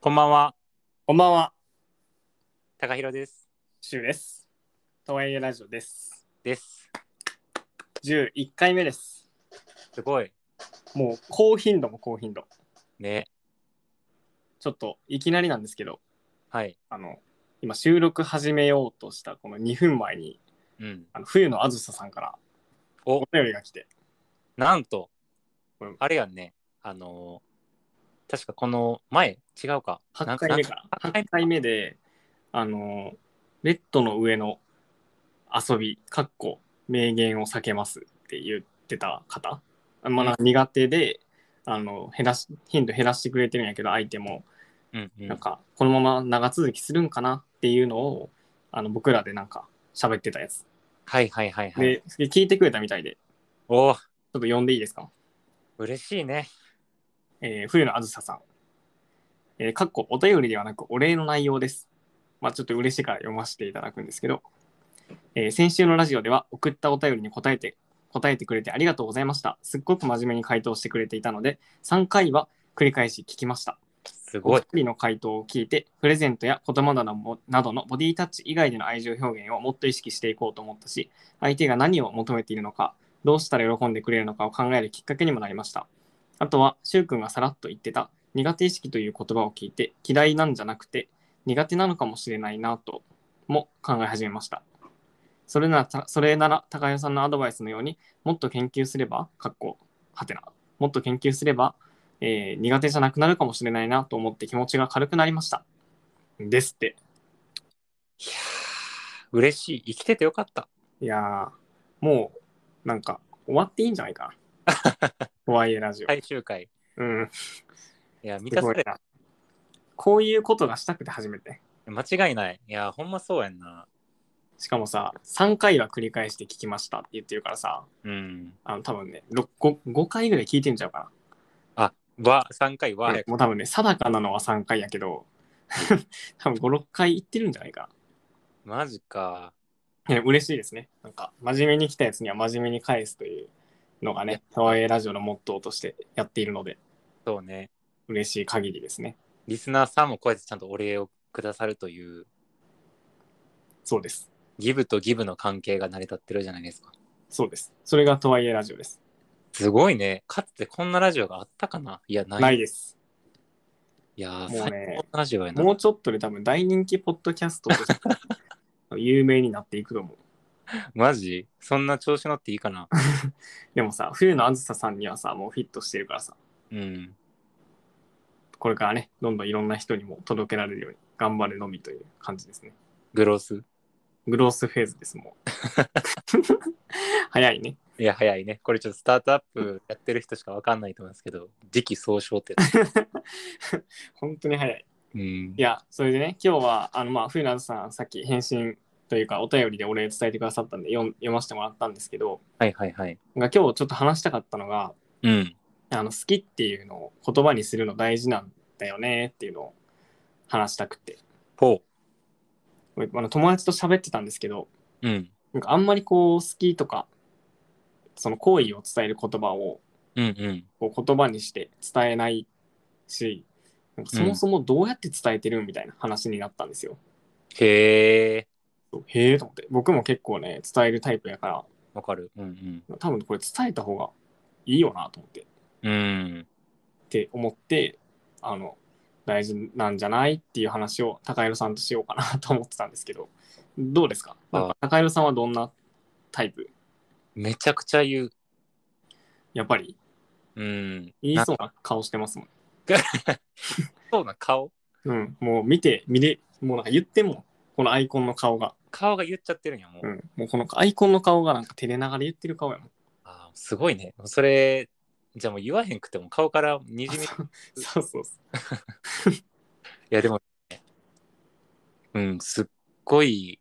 こんばんは、こんばんは、高弘です。シュウです。とはいえラジオです。です。 11回目です。すごい。もう高頻度も高頻度。ね。ちょっといきなりなんですけど、はい。あの、今収録始めようとしたこの2分前に、うん。あの冬のあずささんからおお便りが来て、なんとうん、あれやんね。あのー確かこの前、違うか。 8回目なんかなんから。8回目で、あの、ベッドの上の遊び、かっこ、名言を避けますって言ってた方、まあ、なんか苦手で、あの減らし頻度減らしてくれてるんやけど相手もうんうん。なんかこのまま長続きするんかなっていうのをあの僕らでなんか喋ってたやつ、はいはいはいはい。でで聞いてくれたみたいでちおーょっと呼んでいいですか、嬉しいね。えー冬のあずささん、えーかっこお便りではなくお礼の内容ですまあちょっと嬉しいから読ませていただくんですけど、えー先週のラジオでは送ったお便りに答えて答えてくれてありがとうございましたすっごく真面目に回答してくれていたので3回は繰り返し聞きましたすおごい一。人の回答を聞いてプレゼントや言葉などのなどのボディタッチ以外での愛情表現をもっと意識していこうと思ったし相手が何を求めているのかどうしたら喜んでくれるのかを考えるきっかけにもなりましたあとはく君がさらっと言ってた苦手意識という言葉を聞いて嫌いなんじゃなくて苦手なのかもしれないなとも考え始めましたそれならたそれなら高代さんのアドバイスのようにもっと研究すればかっこはてなもっと研究すればえー苦手じゃなくなるかもしれないなと思って気持ちが軽くなりました。ですって。いやー嬉しい。生きててよかった。いやー、もう、なんか、終わっていいんじゃないか な。とはいえラジオ。最終回。うん、いや、満すたさごいれな。こういうことがしたくて初めて。間違いない。いや、ほんまそうやんな。しかもさ、3回は繰り返して聞きましたって言ってるからさ、うん。あの、多分ね、6 5, 5回ぐらい聞いてんちゃうかあ、は、3回はな。早く。もう多分ね、定かなのは3回やけど、 多分5、6回言ってるんじゃないかな。マジか。いや嬉しいですね。なんか、真面目に来たやつには真面目に返すというのがね、ハワイラジオのモットーとしてやっているので、そうね。嬉しい限りですね。リスナーさんもこうやってちゃんとお礼をくださるという、そうです。ギブとギブの関係が成り立ってるじゃないですか。そうです。それがとはいえラジオです。すごいね。かつてこんなラジオがあったかないや、ない。ないいです。やー、もうね最高のラジオやな。もうちょっとで多分大人気ポッドキャストとして 有名になっていくと思う。マジそんな調子乗っていいかな。でもさ、冬のあずささんにはさ、もうフィットしてるからさ、うん。これからね、どんどんいろんな人にも届けられるように頑張るのみという感じですね。グロス。グロースフェーズです、も う。 早いね。いや、早いね。これちょっとスタートアップやってる人しかわかんないと思いますけど、時期総称 ってやつ。本当に早い。うんい。や、それでね、今日は、あの、まあ、冬菜さん、さっき返信というか、お便りでお礼伝えてくださったんで、読ん読ませてもらったんですけど、はいはいはい。が今日ちょっと話したかったのが、うん。あの、好きっていうのを言葉にするの大事なんだよねっていうのを話したくて。ほ俺あの友達と喋ってたんですけど、う。うん。なんかあんまりこう、好きとか、その好意を伝える言葉をうんうん。こう言葉にして伝えないし、なんかそもそもどうやって伝えてるみたいな話になったんですよ。へえ。そうへえと思って僕も結構ね伝えるタイプやかわかる。うんら多分これ伝えた方がいいよなと思ってっうん。うん。て思ってあの大事なんじゃないっていう話を高弘さんとしようかなと思ってたんですけどどうですかあなんか高弘さんはどんなタイプめちゃくちゃ言う。やっぱりうん。言いそうな顔してますもんそうな顔うんもう見て見れもうなんか言ってもこのアイコンの顔が、顔が言っちゃってるんや、もう。うん、もうこのアイコンの顔がなんか照れながら言ってる顔やもんあーすごいね。それ、じゃあもう言わへんくても顔からにじみ。いそうそうそや、でも、うん、すっごい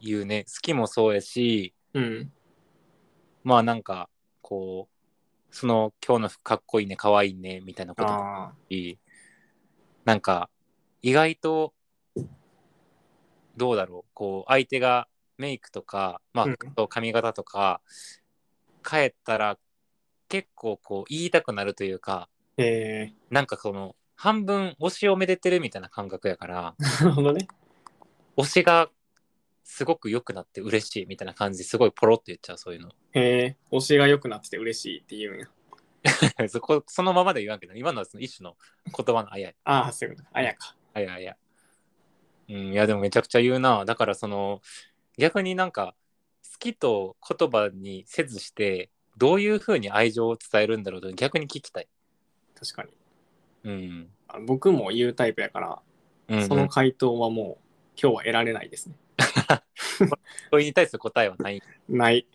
言うね。好きもそうやし、ううんまあなんか、こう、その今日の服かっこいいね、かわいいね、みたいなこともああいなんか、意外と、どうだろう、こう、相手がメイクとか、まあ、うん服と髪型とか、帰ったら、結構こう、言いたくなるというか、えなんかこの半分推しをめでてるみたいな感覚やから、 なるほどね。推しがすごく良くなって嬉しいみたいな感じですごいポロって言っちゃう、そういうの。 へえ、推しが良くなってて嬉しいって言うんや。そこ、そのままで言わんけど、今のはその一種の言葉のあやや。 ああ、そういうこと。あやか。あやあや。うん、いや、でもめちゃくちゃ言うな。だからその、逆になんか、好きと言葉にせずして、どういうふうに愛情を伝えるんだろうと逆に聞きたい。確かに。うん。あの僕も言うタイプやから、うんうん、その回答はもう今日は得られないですね。問いに対する答えはない。ない。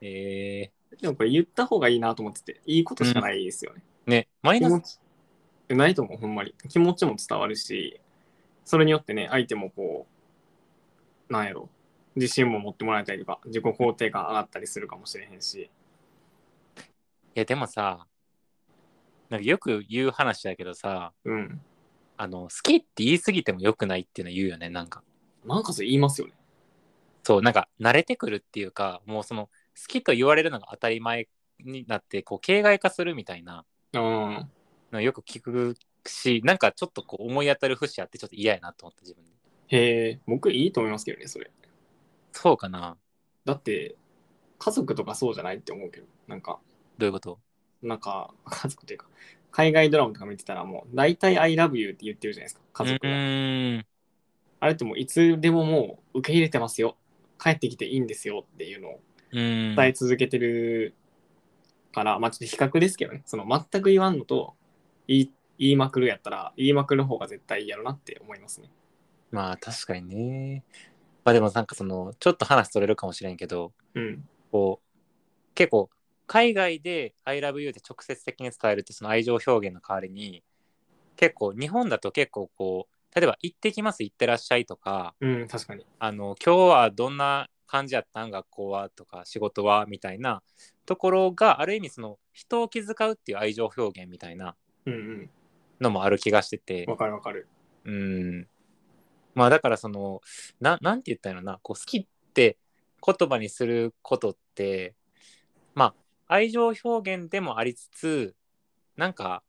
えでもこれ言った方がいいなと思ってて、いいことしかないですよね。ー、ね、マイ気ナ持ス、ちえないと思う、ほんまに。気持ちも伝わるし、それによってね、相手もこう、なんやろ、自信も持ってもらえたりとか、自己肯定感上がったりするかもしれへんし。いや、でもさ、なんかよく言う話だけどさ、うん。あの、好きって言い過ぎても良くないっていうの言うよね、なんか。なんかそれ言いますよね。そう、なんか慣れてくるっていうか、もうその、好きと言われるのが当たり前になって、こう、形骸化するみたいなうん。のよく聞くし、なんかちょっとこう思い当たる節あってちょっと嫌やなと思った自分で。へえ、僕いいと思いますけどね、それ。そうかなだって、家族とかそうじゃないって思うけど、なんか、どういうことなんか、家族というか、海外ドラマとか見てたらもう、大体 I love you って言ってるじゃないですか、家族うが。ーん。あれってもういつでももう受け入れてますよ。帰ってきていいんですよっていうのをうーん。伝え続けてるから、まあちょっと比較ですけどね、その全く言わんのと言い言いまくるやったら、言いまくる方が絶対いいやろなって思いますね。まあ確かにね。まあでもなんかその、ちょっと話取れるかもしれんけど、うん。こう、結構、海外で I love you って直接的に伝えるってその愛情表現の代わりに、結構日本だと結構こう、例えば行ってきます、行ってらっしゃいとか、うん、確かに。あの今日はどんな感じやったん学校はとか仕事はみたいなところがある意味その人を気遣うっていう愛情表現みたいなうんのもある気がしててうん。わかるわかる。うんまあだからそのななんて言ったらいいのかなこう好きって言葉にすることってまあ愛情表現でもありつつなんか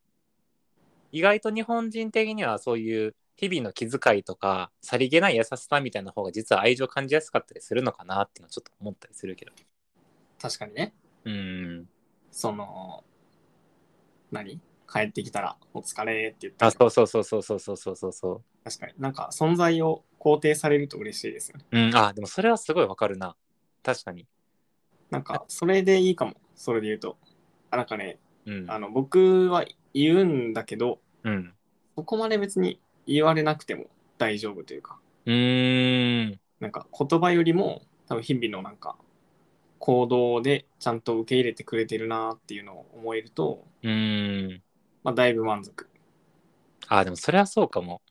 意外と日本人的にはそういう日々の気遣いとかさりげない優しさみたいな方が実は愛情を感じやすかったりするのかなっていうのはちょっと思ったりするけど確かにね。うんその、何帰ってきたらお疲れって言ったありとかそうそうそうそうそうそうそうそうそ確かに。なんか存在を肯定されると嬉しいですよね。ううんあでもそれはすごいわかるな確かになんか、それでいいかも。それで言うと。あなんかね、うんあの、僕は言うんだけど、うんそこまで別に言われなくても大丈夫というか、うーんなんか言葉よりも、多分日々のなんか、行動でちゃんと受け入れてくれてるなっていうのを思えると、うーん。まあ、だいぶ満足。あ、でもそれはそうかも。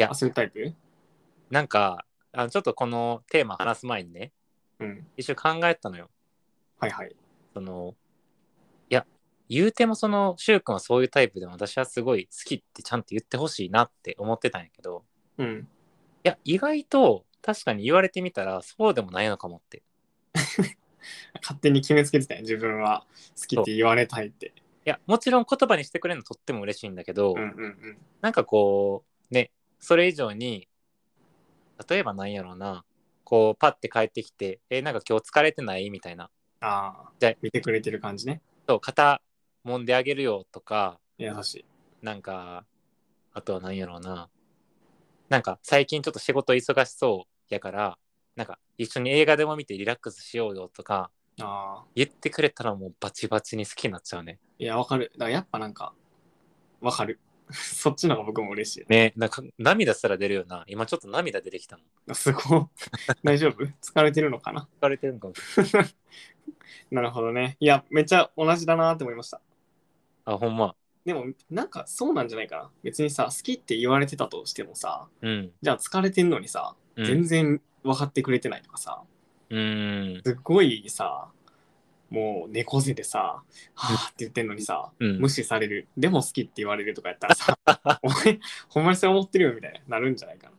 あ、そういうタイプなんか、あのちょっとこのテーマ話す前にね、うん。一緒考えたのよ。はいはい。その、いや、言うてもその、しゅうくんはそういうタイプでも私はすごい好きってちゃんと言ってほしいなって思ってたんやけど、うん。いや、意外と確かに言われてみたらそうでもないのかもって。勝手に決めつけてたよ。自分は好きって言われたいって。いや、もちろん言葉にしてくれるのとっても嬉しいんだけど、うんうんうん。なんかこう、ね、それ以上に、例えばなんやろうな、こう、パッて帰ってきて、え、なんか今日疲れてないみたいな。あじゃああ、見てくれてる感じね。そう肩揉んであげるよとか優しい。なんかあとは何やろうななんか最近ちょっと仕事忙しそうやからなんか一緒に映画でも見てリラックスしようよとかああ。言ってくれたらもうバチバチに好きになっちゃうね。いや、わかる。だからやっぱなんか、わかる。 そっちの方が僕も嬉しい。ねなんか涙すら出るよな今ちょっと涙出てきたの。すごい。 大丈夫疲れてるのかな疲れてるんかもなるほどね。いや、めっちゃ同じだなって思いました。あほんま。でも、なんかそうなんじゃないかな。別にさ、好きって言われてたとしてもさ、うん。じゃあ疲れてんのにさ、うん全然分かってくれてないとかさ、うーん。すっごいさ、もう猫背でさ、はぁって言ってんのにさ、うん無視される。でも好きって言われるとかやったら さ、お前、ほんまにそれ思ってるよみたいになるんじゃないかな。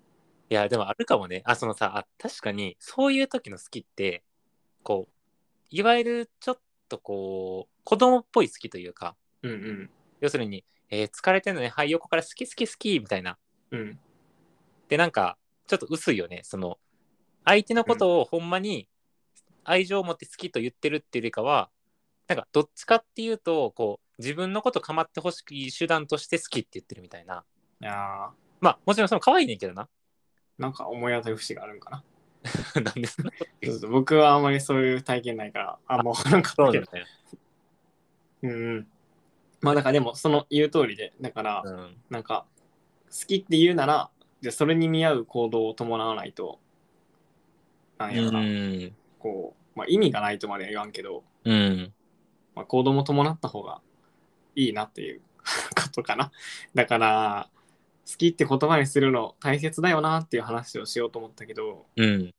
いや、でもあるかもね。あ、そのさ、あ確かに、そういう時の好きって、こう、いわゆるちょっとこう、子供っぽい好きというか、うんうん。要するに、えー疲れてるのね、はい、横から好き好き好きみたいな。うん。で、なんか、ちょっと薄いよね。その、相手のことをほんまに愛情を持って好きと言ってるっていうよりかは、なんか、どっちかっていうと、こう、自分のこと構ってほしい手段として好きって言ってるみたいな。いやまあ、もちろんその可愛いねんけどな。 ー、なんか思い当たる節があるんかな。なんでそんなことち言ょうっと僕はあんまりそういう体験ないから、あんま分からんかったけど。だよ。うんうん。まあだからでも、その言う通りで、だから、うん。なんか、好きって言うなら、じゃあそれに見合う行動を伴わないと、なんやろな、うん。こう、まあ意味がないとまでは言わんけど、うん。まあ、行動も伴った方がいいなっていう ことかな。だから、好きって言葉にするの大切だよなっていう話をしようと思ったけど、うん。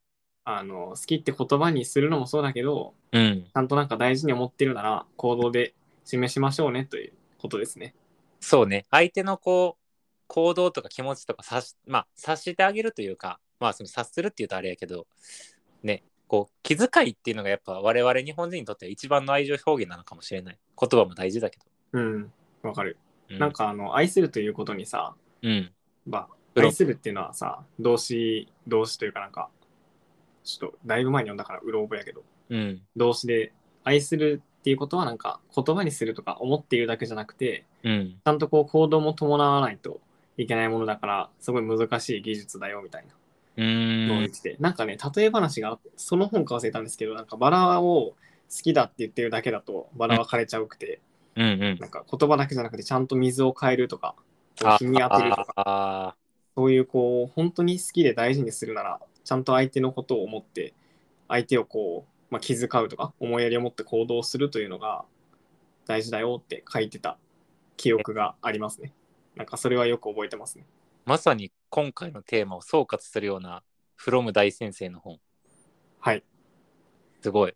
あの、好きって言葉にするのもそうだけど、うん。ちゃんとなんか大事に思ってるなら行動で示しましょうねということですね。そうね。相手のこう、行動とか気持ちとか察し、まあ、察してあげるというか、まあ、その察するっていうとあれやけど、ね、こう、気遣いっていうのがやっぱ我々日本人にとっては一番の愛情表現なのかもしれない。言葉も大事だけど。うん、わかる。うなん、かあの、愛するということにさ、うん。まうあ、ん愛するっていうのはさ、動詞、動詞というかなんか、ちょっとだいぶ前に読んだからうろ覚えやけど、うん。動詞で愛するっていうことはなんか言葉にするとか思っているだけじゃなくてうん。ちゃんとこう行動も伴わないといけないものだからすごい難しい技術だよみたいなうのをー言っん。てて、なんかね例え話がその本か忘れたんですけどなんかバラを好きだって言ってるだけだとバラは枯れちゃうくて、うんうん。なんか言葉だけじゃなくてちゃんと水を変えるとかこうあ日に当てるとかあそういうこう本当に好きで大事にするならちゃんと相手のことを思って相手をこう、まあ、気遣うとか思いやりを持って行動するというのが大事だよって書いてた記憶がありますね。なんかそれはよく覚えてますね。まさに今回のテーマを総括するような、フロム大先生の本。はい。すごい。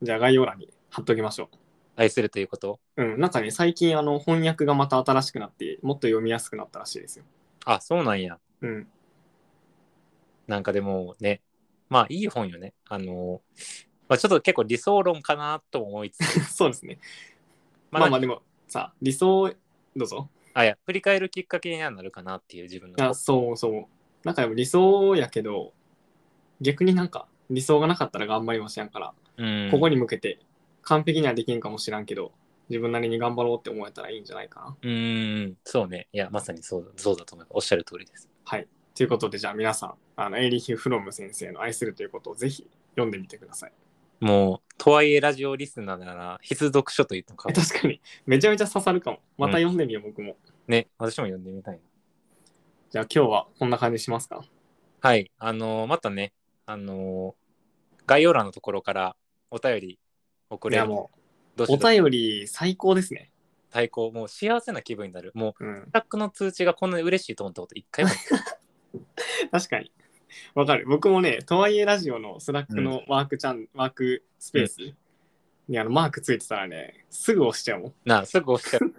じゃあ概要欄に貼っときましょ愛するということう。うん。なんかね、最近あの翻訳がまた新しくなって、もっと読みやすくなったらしいですよ。あ、そうなんや。うん。 なんかでもね、まあいい本よね。あの、まあ、ちょっと結構理想論かなとも思いつつ、 そうですね。まあ、まあまあでもさ、理想、どうぞ。あいや振り返るきっかけにはなるかなっていう自分の。あそうそうなんかでも理想やけど逆になんか理想がなかったら頑張りもしやんから、うん、ここに向けて完璧にはできんかもしらんけど自分なりに頑張ろうって思えたらいいんじゃないかなうん、そうね。いや、まさにそうだそうだと思います。おっしゃる通りです。はいということでじゃあ皆さんあのエーリヒ・フロム先生の「愛する」ということをぜひ読んでみてくださいもう、とはいえラジオリスナーなら必読書と言っても過え言確かにめちゃめちゃ刺さるかもまた読んでみよう、僕もね、私も読んでみたいな。じゃあ今日はこんな感じしますかはい。あのまたね、あの概要欄のところからお便り送いれやる。もどううしおどし便り最高ですね対抗、もう幸せな気分になる。もう、うんタックの通知がこんなに嬉しいと思ったこと一回もな い確かに。わかる。僕もね、とはいえラジオのスラックのワークチャン、ワークスペースにあのマークついてたらね、すぐ押しちゃうもん。なあすぐ押しちゃう。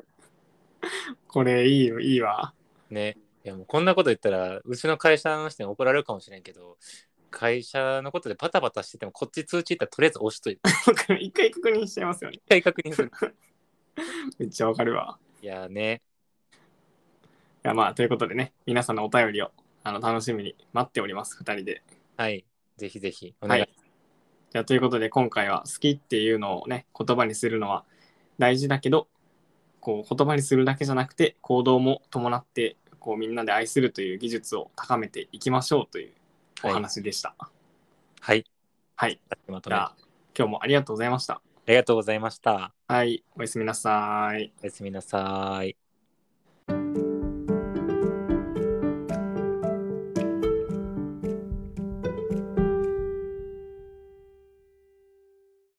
これいいよ、いいわ。ね。いやもうこんなこと言ったら、うちの会社の人に怒られるかもしれんけど、会社のことでバタバタしてても、こっち通知行ったらとりあえず押しといて、僕一回確認しちゃいます よね。一回確認 する。めっちゃわかるわ。いやね、いやまあ、ということでね、皆さんのお便りをあの楽しみに待っております、二人で。はい。ぜひぜひ、おは願い。い。じゃあ、ということで今回は好きっていうのをね、言葉にするのは大事だけど、こう言葉にするだけじゃなくて行動も伴ってこうみんなで愛するという技術を高めていきましょうというおはい。話でした。はい、はい。まとじめ。ゃああ、今日もありがとうございました。りがとうございました。はい。おやすみなさい。おやすみなさい。